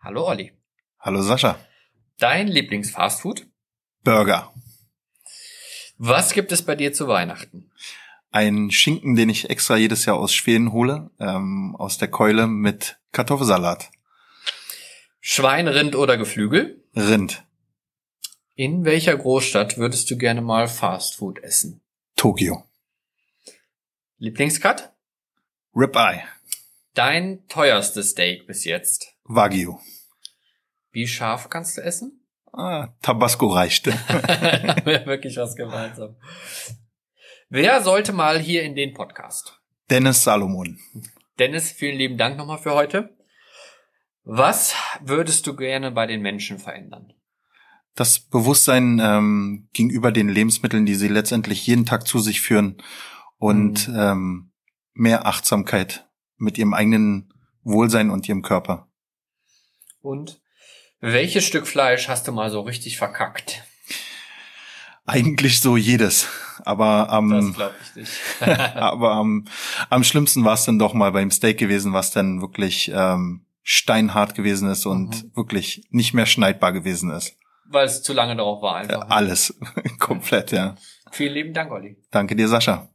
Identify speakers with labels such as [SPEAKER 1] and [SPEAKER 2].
[SPEAKER 1] Hallo Olli.
[SPEAKER 2] Hallo Sascha.
[SPEAKER 1] Dein Lieblingsfastfood?
[SPEAKER 2] Burger.
[SPEAKER 1] Was gibt es bei dir zu Weihnachten?
[SPEAKER 2] Ein Schinken, den ich extra jedes Jahr aus Schweden hole, ähm, aus der Keule mit Kartoffelsalat.
[SPEAKER 1] Schwein, Rind oder Geflügel?
[SPEAKER 2] Rind.
[SPEAKER 1] In welcher Großstadt würdest du gerne mal Fastfood essen?
[SPEAKER 2] Tokio.
[SPEAKER 1] Lieblingscut?
[SPEAKER 2] Ribeye.
[SPEAKER 1] Dein teuerstes Steak bis jetzt.
[SPEAKER 2] Wagyu.
[SPEAKER 1] Wie scharf kannst du essen?
[SPEAKER 2] Ah, Tabasco reichte.
[SPEAKER 1] Wäre wirklich was gemeinsam. Wer sollte mal hier in den Podcast?
[SPEAKER 2] Dennis Salomon.
[SPEAKER 1] Dennis, vielen lieben Dank nochmal für heute. Was würdest du gerne bei den Menschen verändern?
[SPEAKER 2] Das Bewusstsein ähm, gegenüber den Lebensmitteln, die sie letztendlich jeden Tag zu sich führen und ähm, mehr Achtsamkeit mit ihrem eigenen Wohlsein und ihrem Körper.
[SPEAKER 1] Und welches Stück Fleisch hast du mal so richtig verkackt?
[SPEAKER 2] Eigentlich so jedes. Aber am
[SPEAKER 1] Das glaube ich nicht.
[SPEAKER 2] Aber am, am schlimmsten war es dann doch mal beim Steak gewesen, was dann wirklich ähm, steinhart gewesen ist und wirklich nicht mehr schneidbar gewesen ist.
[SPEAKER 1] Weil es zu lange drauf war
[SPEAKER 2] Äh,
[SPEAKER 1] einfach.
[SPEAKER 2] alles komplett, ja.
[SPEAKER 1] Vielen lieben Dank, Olli.
[SPEAKER 2] Danke dir, Sascha.